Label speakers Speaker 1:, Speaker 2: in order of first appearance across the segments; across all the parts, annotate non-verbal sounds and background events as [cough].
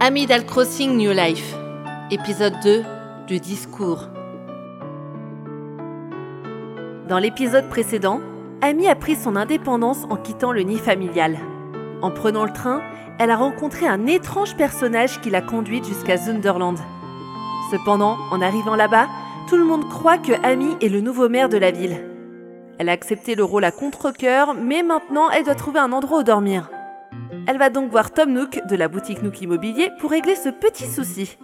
Speaker 1: Amidal Crossing New Life, épisode 2 du discours. Dans l'épisode précédent, Amy a pris son indépendance en quittant le nid familial. En prenant le train, elle a rencontré un étrange personnage qui l'a conduite jusqu'à Zunderland. Cependant, en arrivant là-bas, tout le monde croit que Amy est le nouveau maire de la ville. Elle a accepté le rôle à contre-cœur, mais maintenant elle doit trouver un endroit où dormir. Elle va donc voir Tom Nook de la boutique Nook Immobilier pour régler ce petit souci.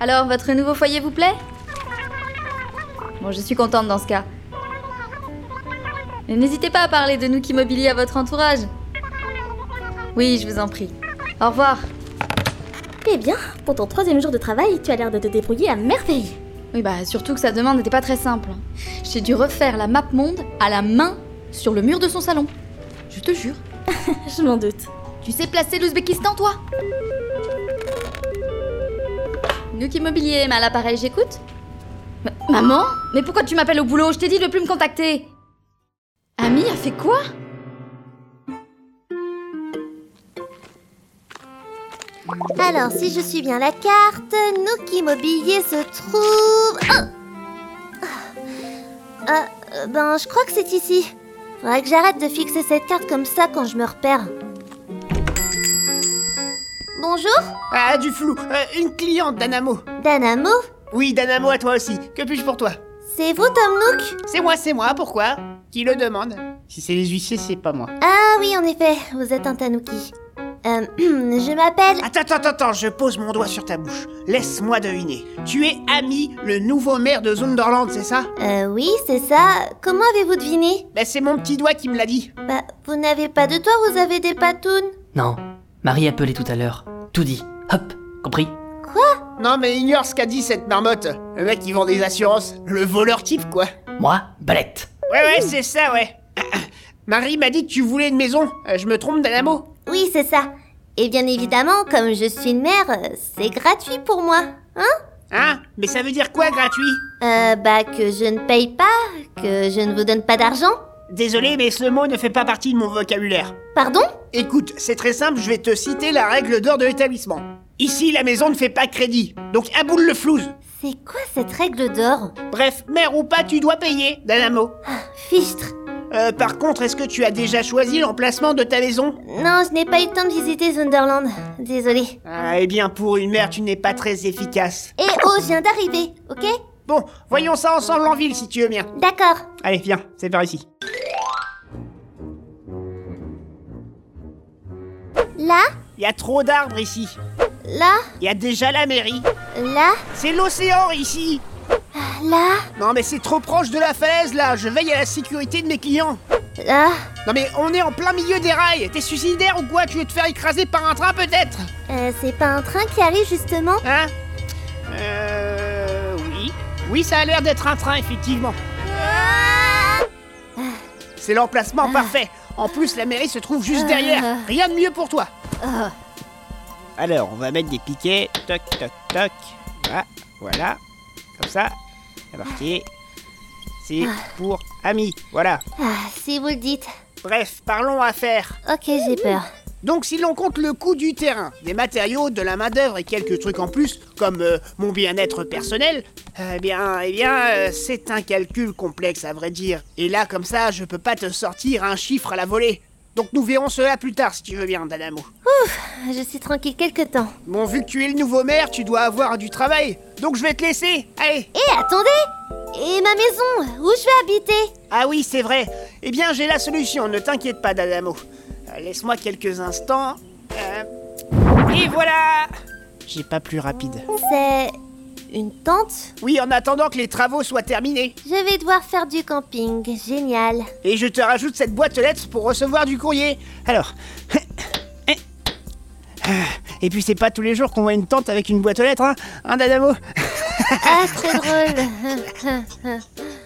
Speaker 2: Alors, votre nouveau foyer vous plaît Bon, je suis contente dans ce cas. Mais N'hésitez pas à parler de Nook Immobilier à votre entourage. Oui, je vous en prie. Au revoir.
Speaker 3: Eh bien, pour ton troisième jour de travail, tu as l'air de te débrouiller à merveille.
Speaker 2: Oui, bah surtout que sa demande n'était pas très simple. J'ai dû refaire la map monde à la main sur le mur de son salon. Je te jure.
Speaker 3: Je m'en doute.
Speaker 2: Tu sais placer l'Ouzbékistan, toi Nook Immobilier, mal appareil, j'écoute Ma- Maman Mais pourquoi tu m'appelles au boulot Je t'ai dit de ne plus me contacter Ami a fait quoi
Speaker 4: Alors, si je suis bien la carte, Nook Immobilier se trouve. Oh Ah, euh, ben, je crois que c'est ici. Faudrait que j'arrête de fixer cette carte comme ça quand je me repère. Bonjour,
Speaker 5: Ah, du flou Euh, Une cliente, Danamo
Speaker 4: Danamo.
Speaker 5: Oui, Danamo, à toi aussi. Que puis-je pour toi
Speaker 4: C'est vous, Tom Nook
Speaker 5: C'est moi, c'est moi, pourquoi Qui le demande Si c'est les huissiers, c'est pas moi.
Speaker 4: Ah oui, en effet, vous êtes un Tanuki. Euh, [clears throat] je m'appelle.
Speaker 5: Attends, attends, attends, je pose mon doigt sur ta bouche. Laisse-moi deviner. Tu es Ami, le nouveau maire de Zunderland, c'est ça
Speaker 4: Euh, oui, c'est ça. Comment avez-vous deviné
Speaker 5: Bah, c'est mon petit doigt qui me l'a dit.
Speaker 4: Bah, vous n'avez pas de toit, vous avez des patounes.
Speaker 6: Non, Marie appelait tout à l'heure. Tout dit. Hop, compris
Speaker 5: Non, mais ignore ce qu'a dit cette marmotte. Le mec qui vend des assurances. Le voleur type, quoi.
Speaker 6: Moi, Balette.
Speaker 5: Ouais, ouais, c'est ça, ouais. [coughs] Marie m'a dit que tu voulais une maison. Euh, je me trompe, Danamo
Speaker 4: Oui, c'est ça. Et bien évidemment, comme je suis une mère, euh, c'est gratuit pour moi. Hein
Speaker 5: Hein Mais ça veut dire quoi, gratuit
Speaker 4: Euh, bah que je ne paye pas, que je ne vous donne pas d'argent.
Speaker 5: Désolé, mais ce mot ne fait pas partie de mon vocabulaire.
Speaker 4: Pardon
Speaker 5: Écoute, c'est très simple, je vais te citer la règle d'or de l'établissement. Ici, la maison ne fait pas crédit, donc aboule le flouze.
Speaker 4: C'est quoi cette règle d'or
Speaker 5: Bref, mère ou pas, tu dois payer, Danamo.
Speaker 4: Fichtre
Speaker 5: Euh, par contre, est-ce que tu as déjà choisi l'emplacement de ta maison
Speaker 4: Non, je n'ai pas eu le temps de visiter Zunderland. Désolée.
Speaker 5: Ah, eh bien, pour une mère, tu n'es pas très efficace.
Speaker 4: Et oh, je viens d'arriver, ok
Speaker 5: Bon, voyons ça ensemble en ville, si tu veux bien.
Speaker 4: D'accord.
Speaker 5: Allez, viens, c'est par ici.
Speaker 4: Là,
Speaker 5: Il y a trop d'arbres ici.
Speaker 4: là,
Speaker 5: Il y a déjà la mairie.
Speaker 4: là,
Speaker 5: C'est l'océan ici.
Speaker 4: là,
Speaker 5: Non, mais c'est trop proche de la falaise, là. Je veille à la sécurité de mes clients.
Speaker 4: là.
Speaker 5: Non mais on est en plein milieu des rails T'es suicidaire ou quoi Tu veux te faire écraser par un train peut-être
Speaker 4: Euh, c'est pas un train qui arrive justement
Speaker 5: Hein Euh... Oui. Oui, ça a l'air d'être un train, effectivement. C'est l'emplacement parfait. En plus, la mairie se trouve juste derrière. Rien de mieux pour toi. Alors, on va mettre des piquets. Toc, toc, toc. Voilà, voilà. Comme ça. C'est marqué. C'est pour ami. Voilà.
Speaker 4: Ah, Si vous le dites.
Speaker 5: Bref, parlons affaires.
Speaker 4: Ok, j'ai peur.
Speaker 5: Donc si l'on compte le coût du terrain, des matériaux, de la main-d'œuvre et quelques trucs en plus, comme euh, mon bien-être personnel, eh bien, eh bien, euh, c'est un calcul complexe à vrai dire. Et là, comme ça, je peux pas te sortir un chiffre à la volée. Donc nous verrons cela plus tard si tu veux bien, Danamo.
Speaker 4: Je suis tranquille quelque temps.
Speaker 5: Bon, vu que tu es le nouveau maire, tu dois avoir du travail. Donc je vais te laisser. Allez.
Speaker 4: Et Eh, attendez Et ma maison Où je vais habiter
Speaker 5: Ah oui, c'est vrai. Eh bien, j'ai la solution, ne t'inquiète pas, Dadamo. Euh, Laisse-moi quelques instants. Euh, Et voilà J'ai pas plus rapide.
Speaker 4: C'est une tente
Speaker 5: Oui, en attendant que les travaux soient terminés.
Speaker 4: Je vais devoir faire du camping. Génial.
Speaker 5: Et je te rajoute cette boîte lettres pour recevoir du courrier. Alors. [coughs] eh. Et puis c'est pas tous les jours qu'on voit une tente avec une boîte aux lettres, hein, hein Dadamo
Speaker 4: Ah, très drôle.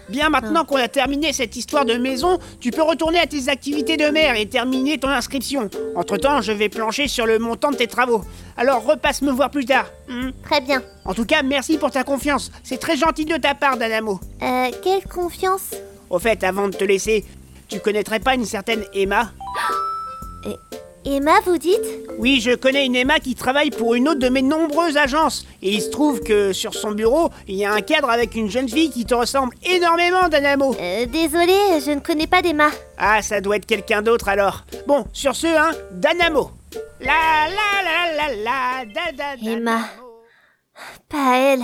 Speaker 5: Bien maintenant qu'on a terminé cette histoire de maison, tu peux retourner à tes activités de maire et terminer ton inscription. Entre-temps, je vais plancher sur le montant de tes travaux. Alors repasse me voir plus tard. hmm
Speaker 4: très bien.
Speaker 5: En tout cas, merci pour ta confiance. C'est très gentil de ta part, Danamo.
Speaker 4: Euh, quelle confiance
Speaker 5: Au fait, avant de te laisser, Tu connaîtrais pas une certaine Emma
Speaker 4: Emma, vous dites
Speaker 5: Oui, je connais une Emma qui travaille pour une autre de mes nombreuses agences. Et il se trouve que sur son bureau, il y a un cadre avec une jeune fille qui te ressemble énormément, Danamo.
Speaker 4: euh, Désolée, je ne connais pas d'Emma.
Speaker 5: Ah, ça doit être quelqu'un d'autre alors. Bon, sur ce, hein, Danamo. La la la la la da da da.
Speaker 4: Emma. Pas elle.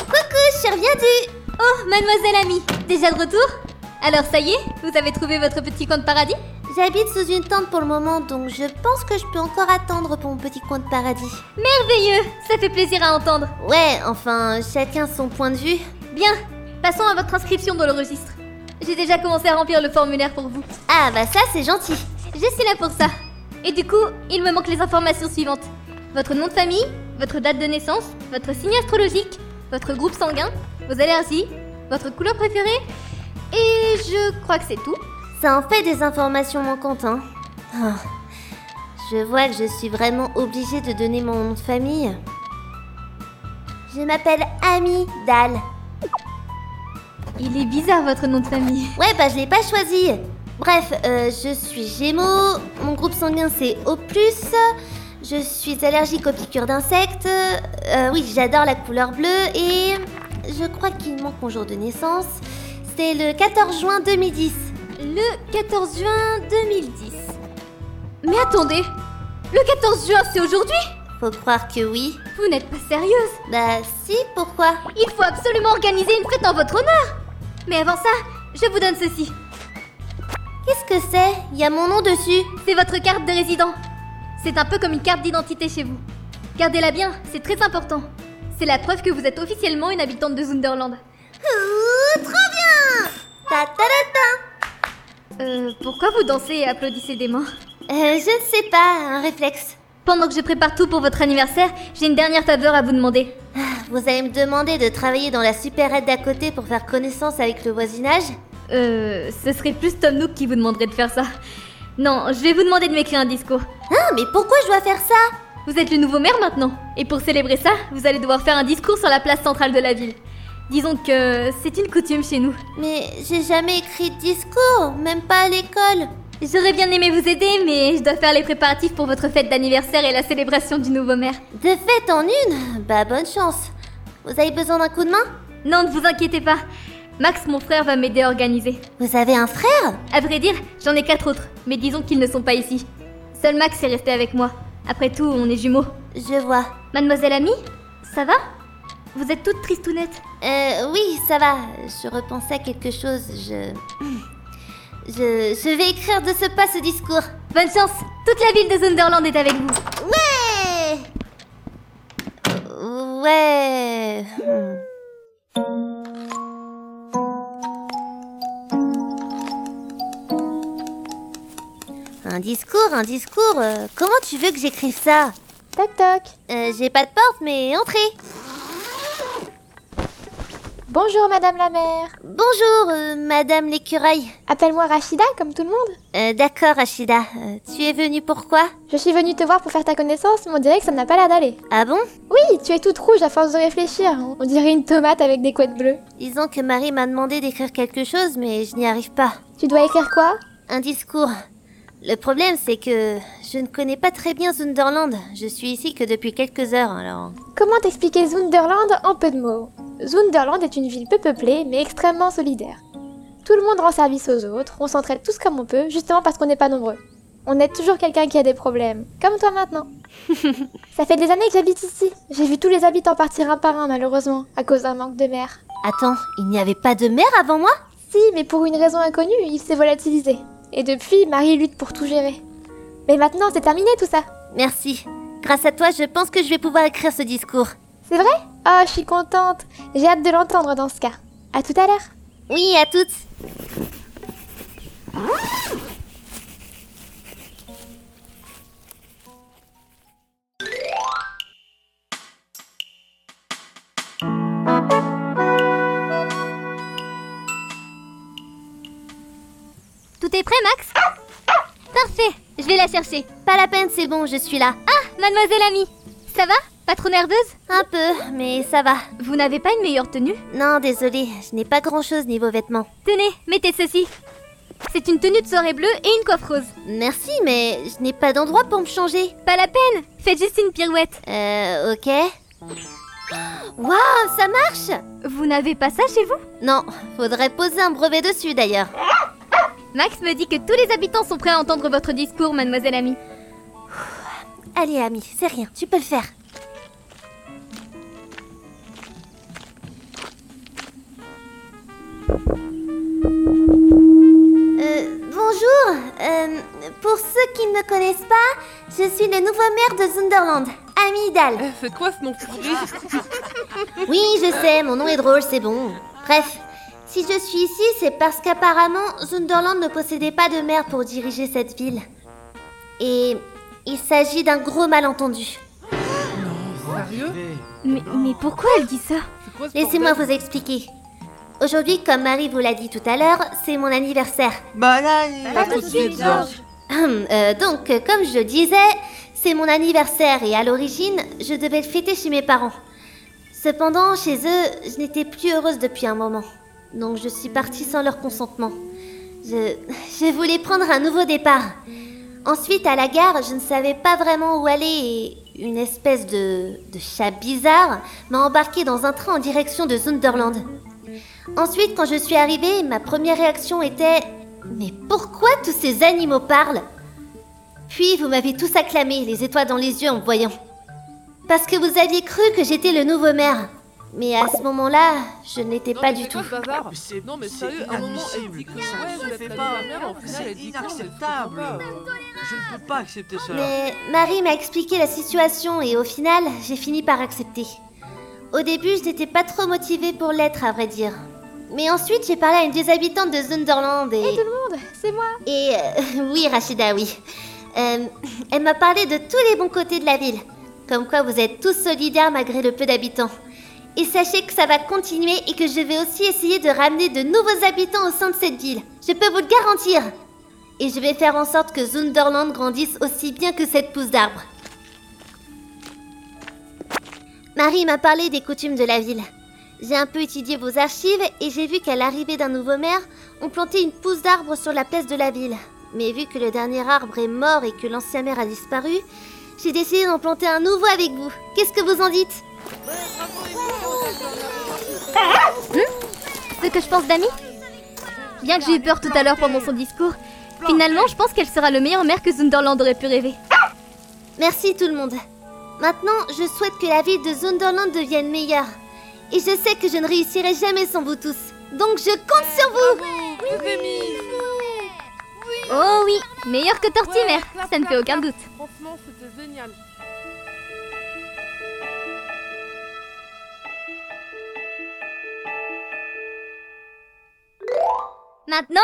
Speaker 3: Coucou, je suis reviendue Oh, mademoiselle amie, déjà de retour Alors ça y est, vous avez trouvé votre petit coin de paradis
Speaker 4: J'habite sous une tente pour le moment, donc je pense que je peux encore attendre pour mon petit coin de paradis.
Speaker 3: Merveilleux, ça fait plaisir à entendre
Speaker 4: Ouais, enfin, chacun son point de vue.
Speaker 3: Bien, passons à votre inscription dans le registre. J'ai déjà commencé à remplir le formulaire pour vous.
Speaker 4: Ah bah ça, c'est gentil.
Speaker 3: Je suis là pour ça. Et du coup, il me manque les informations suivantes. Votre nom de famille, votre date de naissance, votre signe astrologique, votre groupe sanguin, vos allergies, votre couleur préférée. Et je crois que c'est tout.
Speaker 4: Ça en fait des informations manquantes, hein. Ah. Je vois que je suis vraiment obligée de donner mon nom de famille. Je m'appelle Ami Dal.
Speaker 3: Il est bizarre votre nom de famille.
Speaker 4: Ouais, bah je l'ai pas choisi. Bref, euh, je suis Gémeaux, mon groupe sanguin c'est O+, je suis allergique aux piqûres d'insectes, euh, oui, j'adore la couleur bleue et je crois qu'il manque mon jour de naissance. C'est le 14 juin 2010.
Speaker 3: Le 14 juin 2010. Mais attendez, le 14 juin c'est aujourd'hui
Speaker 4: Faut croire que oui.
Speaker 3: Vous n'êtes pas sérieuse
Speaker 4: Bah si, pourquoi
Speaker 3: Il faut absolument organiser une fête en votre honneur Mais avant ça, je vous donne ceci.
Speaker 4: Qu'est-ce que c'est Il y a mon nom dessus.
Speaker 3: C'est votre carte de résident. C'est un peu comme une carte d'identité chez vous. Gardez-la bien, c'est très important. C'est la preuve que vous êtes officiellement une habitante de Zunderland.
Speaker 4: Ouh, trop bien Ta ta ta ta.
Speaker 3: Euh, pourquoi vous dansez et applaudissez des mains
Speaker 4: Euh, Je ne sais pas, un réflexe.
Speaker 3: Pendant que je prépare tout pour votre anniversaire, j'ai une dernière faveur à vous demander.
Speaker 4: Vous allez me demander de travailler dans la supérette d'à côté pour faire connaissance avec le voisinage
Speaker 3: Euh, ce serait plus Tom Nook qui vous demanderait de faire ça. Non, je vais vous demander de m'écrire un discours.
Speaker 4: Ah, mais pourquoi je dois faire ça
Speaker 3: Vous êtes le nouveau maire maintenant, et pour célébrer ça, vous allez devoir faire un discours sur la place centrale de la ville. Disons que c'est une coutume chez nous.
Speaker 4: Mais j'ai jamais écrit de discours, même pas à l'école.
Speaker 3: J'aurais bien aimé vous aider, mais je dois faire les préparatifs pour votre fête d'anniversaire et la célébration du nouveau maire.
Speaker 4: De fait en une Bah bonne chance. Vous avez besoin d'un coup de main
Speaker 3: Non, ne vous inquiétez pas. Max, mon frère, va m'aider à organiser.
Speaker 4: Vous avez un frère
Speaker 3: À vrai dire, j'en ai quatre autres, mais disons qu'ils ne sont pas ici. Seul Max est resté avec moi. Après tout, on est jumeaux.
Speaker 4: Je vois.
Speaker 3: Mademoiselle Amie, ça va Vous êtes toute tristounettes.
Speaker 4: Euh, oui, ça va. Je repensais à quelque chose. Je... Je, je vais écrire de ce pas ce discours.
Speaker 3: Bonne chance Toute la ville de Zunderland est avec vous.
Speaker 4: Ouais Ouais hmm. Un discours, un discours. euh, comment tu veux que j'écrive ça
Speaker 7: Toc toc.
Speaker 4: Euh, J'ai pas de porte, mais entrez.
Speaker 7: Bonjour Madame la mère.
Speaker 4: Bonjour, euh, Madame l'écureuil.
Speaker 7: Appelle-moi Rachida comme tout le monde.
Speaker 4: Euh, D'accord, Ashida. Euh, tu es venue pourquoi
Speaker 7: Je suis venue te voir pour faire ta connaissance, mais on dirait que ça n'a pas l'air d'aller.
Speaker 4: Ah bon
Speaker 7: Oui, tu es toute rouge à force de réfléchir. On dirait une tomate avec des couettes bleues.
Speaker 4: Disons que Marie m'a demandé d'écrire quelque chose, mais je n'y arrive pas.
Speaker 7: Tu dois écrire quoi
Speaker 4: Un discours. Le problème, c'est que je ne connais pas très bien Zunderland. Je suis ici que depuis quelques heures, alors.
Speaker 7: Comment t'expliquer Zunderland en peu de mots Zunderland est une ville peu peuplée, mais extrêmement solidaire. Tout le monde rend service aux autres, on s'entraide tous comme on peut, justement parce qu'on n'est pas nombreux. On aide toujours quelqu'un qui a des problèmes, comme toi [laughs] maintenant. ça fait des années que j'habite ici. J'ai vu tous les habitants partir un par un, malheureusement, à cause d'un manque de mer.
Speaker 4: Attends, il n'y avait pas de mère avant moi
Speaker 7: Si, mais pour une raison inconnue, il s'est volatilisé. Et depuis, Marie lutte pour tout gérer. Mais maintenant, c'est terminé tout ça.
Speaker 4: Merci. Grâce à toi, je pense que je vais pouvoir écrire ce discours.
Speaker 7: C'est vrai Oh, je suis contente. J'ai hâte de l'entendre dans ce cas. À tout à l'heure.
Speaker 4: Oui, à toutes.
Speaker 3: Tout est prêt, Max Parfait, je vais la chercher.
Speaker 4: Pas la peine, c'est bon, je suis là. Ah,
Speaker 3: Mademoiselle Amie, ça va Pas trop nerveuse
Speaker 4: Un peu, mais ça va.
Speaker 3: Vous n'avez pas une meilleure tenue
Speaker 4: Non, désolée, je n'ai pas grand-chose niveau vêtements.
Speaker 3: Tenez, mettez ceci. C'est une tenue de soirée bleue et une coiffe rose.
Speaker 4: Merci, mais je n'ai pas d'endroit pour me changer.
Speaker 3: Pas la peine Faites juste une pirouette.
Speaker 4: Euh, ok. Waouh, ça marche
Speaker 3: Vous n'avez pas ça chez vous
Speaker 4: Non, faudrait poser un brevet dessus d'ailleurs.
Speaker 3: Max me dit que tous les habitants sont prêts à entendre votre discours, mademoiselle amie.
Speaker 4: Allez, ami, c'est rien, tu peux le faire. Euh, bonjour. Euh, pour ceux qui ne me connaissent pas, je suis le nouveau maire de Zunderland, Ami Hidal.
Speaker 1: Faites quoi ce nom pourri
Speaker 4: Oui, je sais, mon nom est drôle, c'est bon. Bref, si je suis ici, c'est parce qu'apparemment, Zunderland ne possédait pas de maire pour diriger cette ville. Et il s'agit d'un gros malentendu.
Speaker 1: Sérieux
Speaker 3: Mais, mais pourquoi elle dit ça
Speaker 1: C'est quoi ce
Speaker 4: Laissez-moi vous expliquer. Aujourd'hui, comme Marie vous l'a dit tout à l'heure, c'est mon anniversaire.
Speaker 1: Pas tout de suite, Georges
Speaker 4: Hum, euh, donc, euh, comme je le disais, c'est mon anniversaire et à l'origine, je devais le fêter chez mes parents. Cependant, chez eux, je n'étais plus heureuse depuis un moment. Donc, je suis partie sans leur consentement. Je, [laughs] je voulais prendre un nouveau départ. Ensuite, à la gare, je ne savais pas vraiment où aller et une espèce de, de chat bizarre m'a embarqué dans un train en direction de Zunderland. Ensuite, quand je suis arrivée, ma première réaction était Mais pourquoi tous ces animaux parlent Puis vous m'avez tous acclamé, les étoiles dans les yeux en me voyant. Parce que vous aviez cru que j'étais le nouveau maire. Mais à ce moment-là, je ne l'étais pas du tout.
Speaker 1: Bazar non mais sérieux, à un moment elle dit que ouais, vous êtes la mère, en final elle dit qu'on est inacceptable.
Speaker 8: Je ne peux pas accepter ça.
Speaker 4: Mais Marie m'a expliqué la situation et au final, j'ai fini par accepter. Au début, je n'étais pas trop motivée pour l'être, à vrai dire. Mais ensuite, j'ai parlé à une des habitantes de Zunderland et...
Speaker 7: Tout le monde, c'est moi.
Speaker 4: Et euh, [laughs] oui, Rachida, oui. Euh, elle m'a parlé de tous les bons côtés de la ville. Comme quoi vous êtes tous solidaires malgré le peu d'habitants. Et sachez que ça va continuer et que je vais aussi essayer de ramener de nouveaux habitants au sein de cette ville. Je peux vous le garantir. Et je vais faire en sorte que Zunderland grandisse aussi bien que cette pousse d'arbre. Marie m'a parlé des coutumes de la ville. J'ai un peu étudié vos archives et j'ai vu qu'à l'arrivée d'un nouveau maire, on plantait une pousse d'arbre sur la place de la ville. Mais vu que le dernier arbre est mort et que l'ancien maire a disparu, j'ai décidé d'en planter un nouveau avec vous. Qu'est-ce que vous en dites
Speaker 3: Ce que je pense d'Ami Bien que j'ai eu peur tout à l'heure pendant son discours, finalement je pense qu'elle sera le meilleur maire que Zunderland aurait pu rêver.
Speaker 4: Merci tout le monde. Maintenant, je souhaite que la ville de Zonderland devienne meilleure. Et je sais que je ne réussirai jamais sans vous tous. Donc je compte sur vous
Speaker 3: Oh oui, meilleur que Tortimer, ça ne fait aucun doute.
Speaker 9: Franchement, c'était génial.
Speaker 3: Maintenant,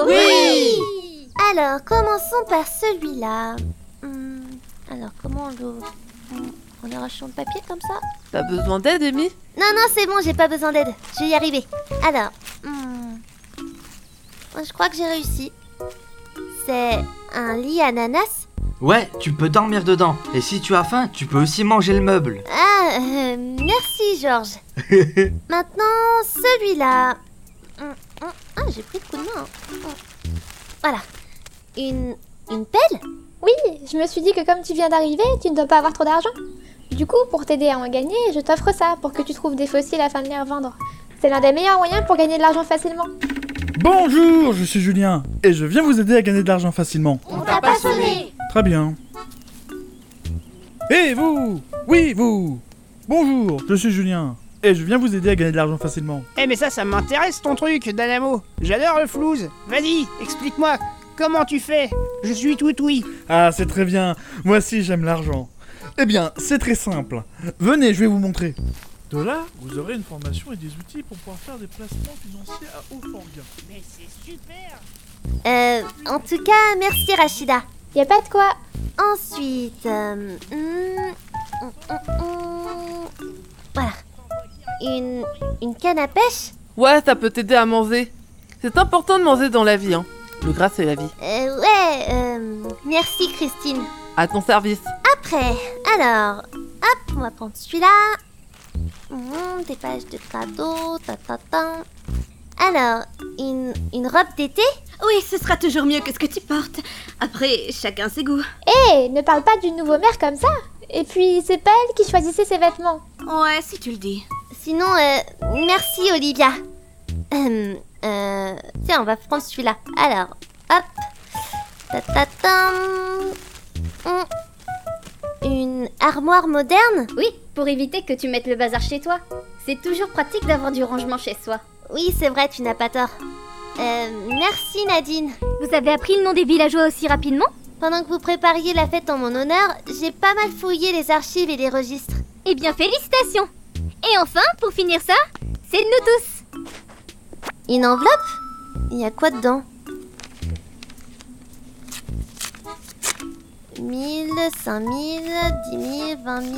Speaker 3: ouvrons les cadeaux
Speaker 4: Alors, commençons par celui-là. Hmm, alors, comment on l'ouvre Hmm, On arrache le papier comme ça
Speaker 1: T'as besoin d'aide, Amy
Speaker 4: Non, non, c'est bon, j'ai pas besoin d'aide. Je vais y arriver. Alors, hmm. Moi, je crois que j'ai réussi. C'est un lit ananas
Speaker 8: Ouais, tu peux dormir dedans. Et si tu as faim, tu peux aussi manger le meuble.
Speaker 4: Ah, euh, merci Georges. Maintenant, celui-là. Hum, hum, Ah, j'ai pris le coup de main. hein. Hum. Voilà. Une, une pelle
Speaker 7: Oui, je me suis dit que comme tu viens d'arriver, tu ne dois pas avoir trop d'argent. Du coup, pour t'aider à en gagner, je t'offre ça pour que tu trouves des fossiles afin de les revendre. C'est l'un des meilleurs moyens pour gagner de l'argent facilement.
Speaker 10: Bonjour, je suis Julien et je viens vous aider à gagner de l'argent facilement.
Speaker 4: On t'a pas sonné
Speaker 10: Très bien. Et vous Oui, vous Bonjour, je suis Julien et je viens vous aider à gagner de l'argent facilement.
Speaker 5: Eh mais ça, ça m'intéresse ton truc, Danamo. J'adore le flouze. Vas-y, explique-moi. Comment tu fais Je suis tout oui.
Speaker 10: Ah, c'est très bien. Moi aussi, j'aime l'argent. Eh bien, c'est très simple. Venez, je vais vous montrer. De là, vous aurez une formation et des outils pour pouvoir faire des placements financiers à haut fort gain.
Speaker 5: Mais c'est super
Speaker 4: Euh, en tout cas, merci Rachida.
Speaker 7: Y a pas de quoi.
Speaker 4: Ensuite, euh, hmm, hum, hum, hum, voilà. Une, une canne à pêche
Speaker 11: Ouais, ça peut t'aider à manger. C'est important de manger dans la vie, hein. Le gras, c'est la vie.
Speaker 4: Euh, Ouais, euh, merci Christine.
Speaker 11: À ton service.
Speaker 4: Après, alors, Hop, on va prendre celui-là. Hum, des pages de cadeaux. ta, ta, ta. Alors, une, une robe d'été
Speaker 12: Oui, ce sera toujours mieux que ce que tu portes. Après, chacun ses goûts.
Speaker 7: Hé, Eh, ne parle pas du nouveau maire comme ça Et puis, c'est pas elle qui choisissait ses vêtements.
Speaker 12: Ouais, si tu le dis.
Speaker 4: Sinon, euh, merci Olivia. Hum, euh, tiens, on va prendre celui-là. Alors, hop. Ta ta ta. Hum. Une armoire moderne
Speaker 13: Oui, pour éviter que tu mettes le bazar chez toi. C'est toujours pratique d'avoir du rangement chez soi.
Speaker 4: Oui, c'est vrai, tu n'as pas tort. Euh, merci Nadine.
Speaker 13: Vous avez appris le nom des villageois aussi rapidement
Speaker 4: Pendant que vous prépariez la fête en mon honneur, j'ai pas mal fouillé les archives et les registres.
Speaker 13: Eh bien, félicitations Et enfin, pour finir ça, c'est de nous tous
Speaker 4: Une enveloppe Il y a quoi dedans 1000, 5000, 10 000, 20 000,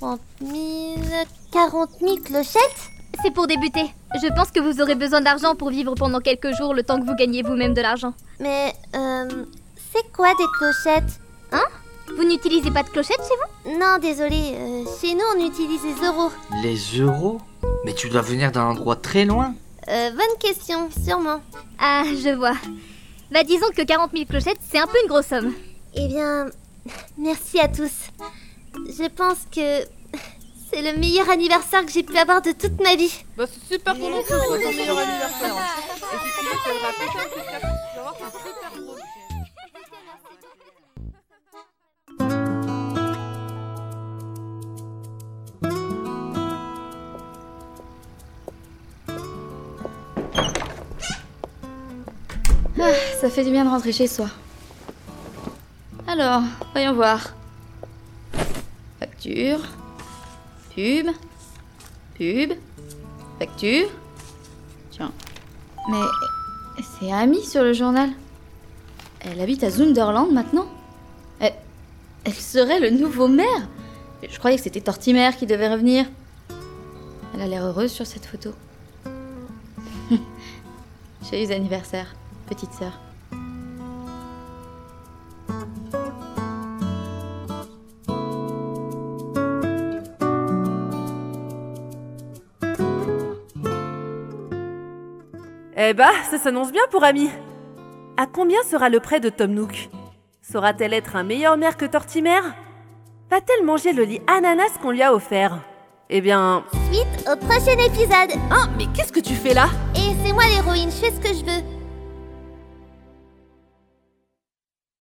Speaker 4: 30 000, 40 000 clochettes
Speaker 13: C'est pour débuter. Je pense que vous aurez besoin d'argent pour vivre pendant quelques jours le temps que vous gagnez vous-même de l'argent.
Speaker 4: Mais, euh, c'est quoi des clochettes
Speaker 13: Vous n'utilisez pas de clochettes chez vous
Speaker 4: Non, désolé, euh, chez nous on utilise les euros.
Speaker 10: Les euros Mais tu dois venir d'un endroit très loin.
Speaker 4: Euh, bonne question, sûrement.
Speaker 13: Ah, je vois. Bah disons que 40 000 clochettes, c'est un peu une grosse somme.
Speaker 4: Eh bien, [laughs] merci à tous. Je pense que [laughs] c'est le meilleur anniversaire que j'ai pu avoir de toute ma vie.
Speaker 14: Bah, c'est super content que ce soit ton meilleur anniversaire. Et si tu veux, je te le répète, parce qu'après, tu vas voir, c'est un super gros week-end.
Speaker 2: Ça fait du bien de rentrer chez soi. Alors, voyons voir. Facture. Pub. Pub. Facture. Tiens. Mais c'est Ami sur le journal. Elle habite à Zunderland maintenant elle, elle serait le nouveau maire Je croyais que c'était Tortimer qui devait revenir. Elle a l'air heureuse sur cette photo. [laughs] Joyeux anniversaire, petite sœur.
Speaker 1: Eh bah, ça s'annonce bien pour Ami. À combien sera le prêt de Tom Nook Saura-t-elle être un meilleur maire que Tortimer Va-t-elle manger le lit ananas qu'on lui a offert Eh bien,
Speaker 4: Suite au prochain épisode
Speaker 14: hein, mais qu'est-ce que tu fais là
Speaker 4: Et c'est moi l'héroïne, je fais ce que je veux.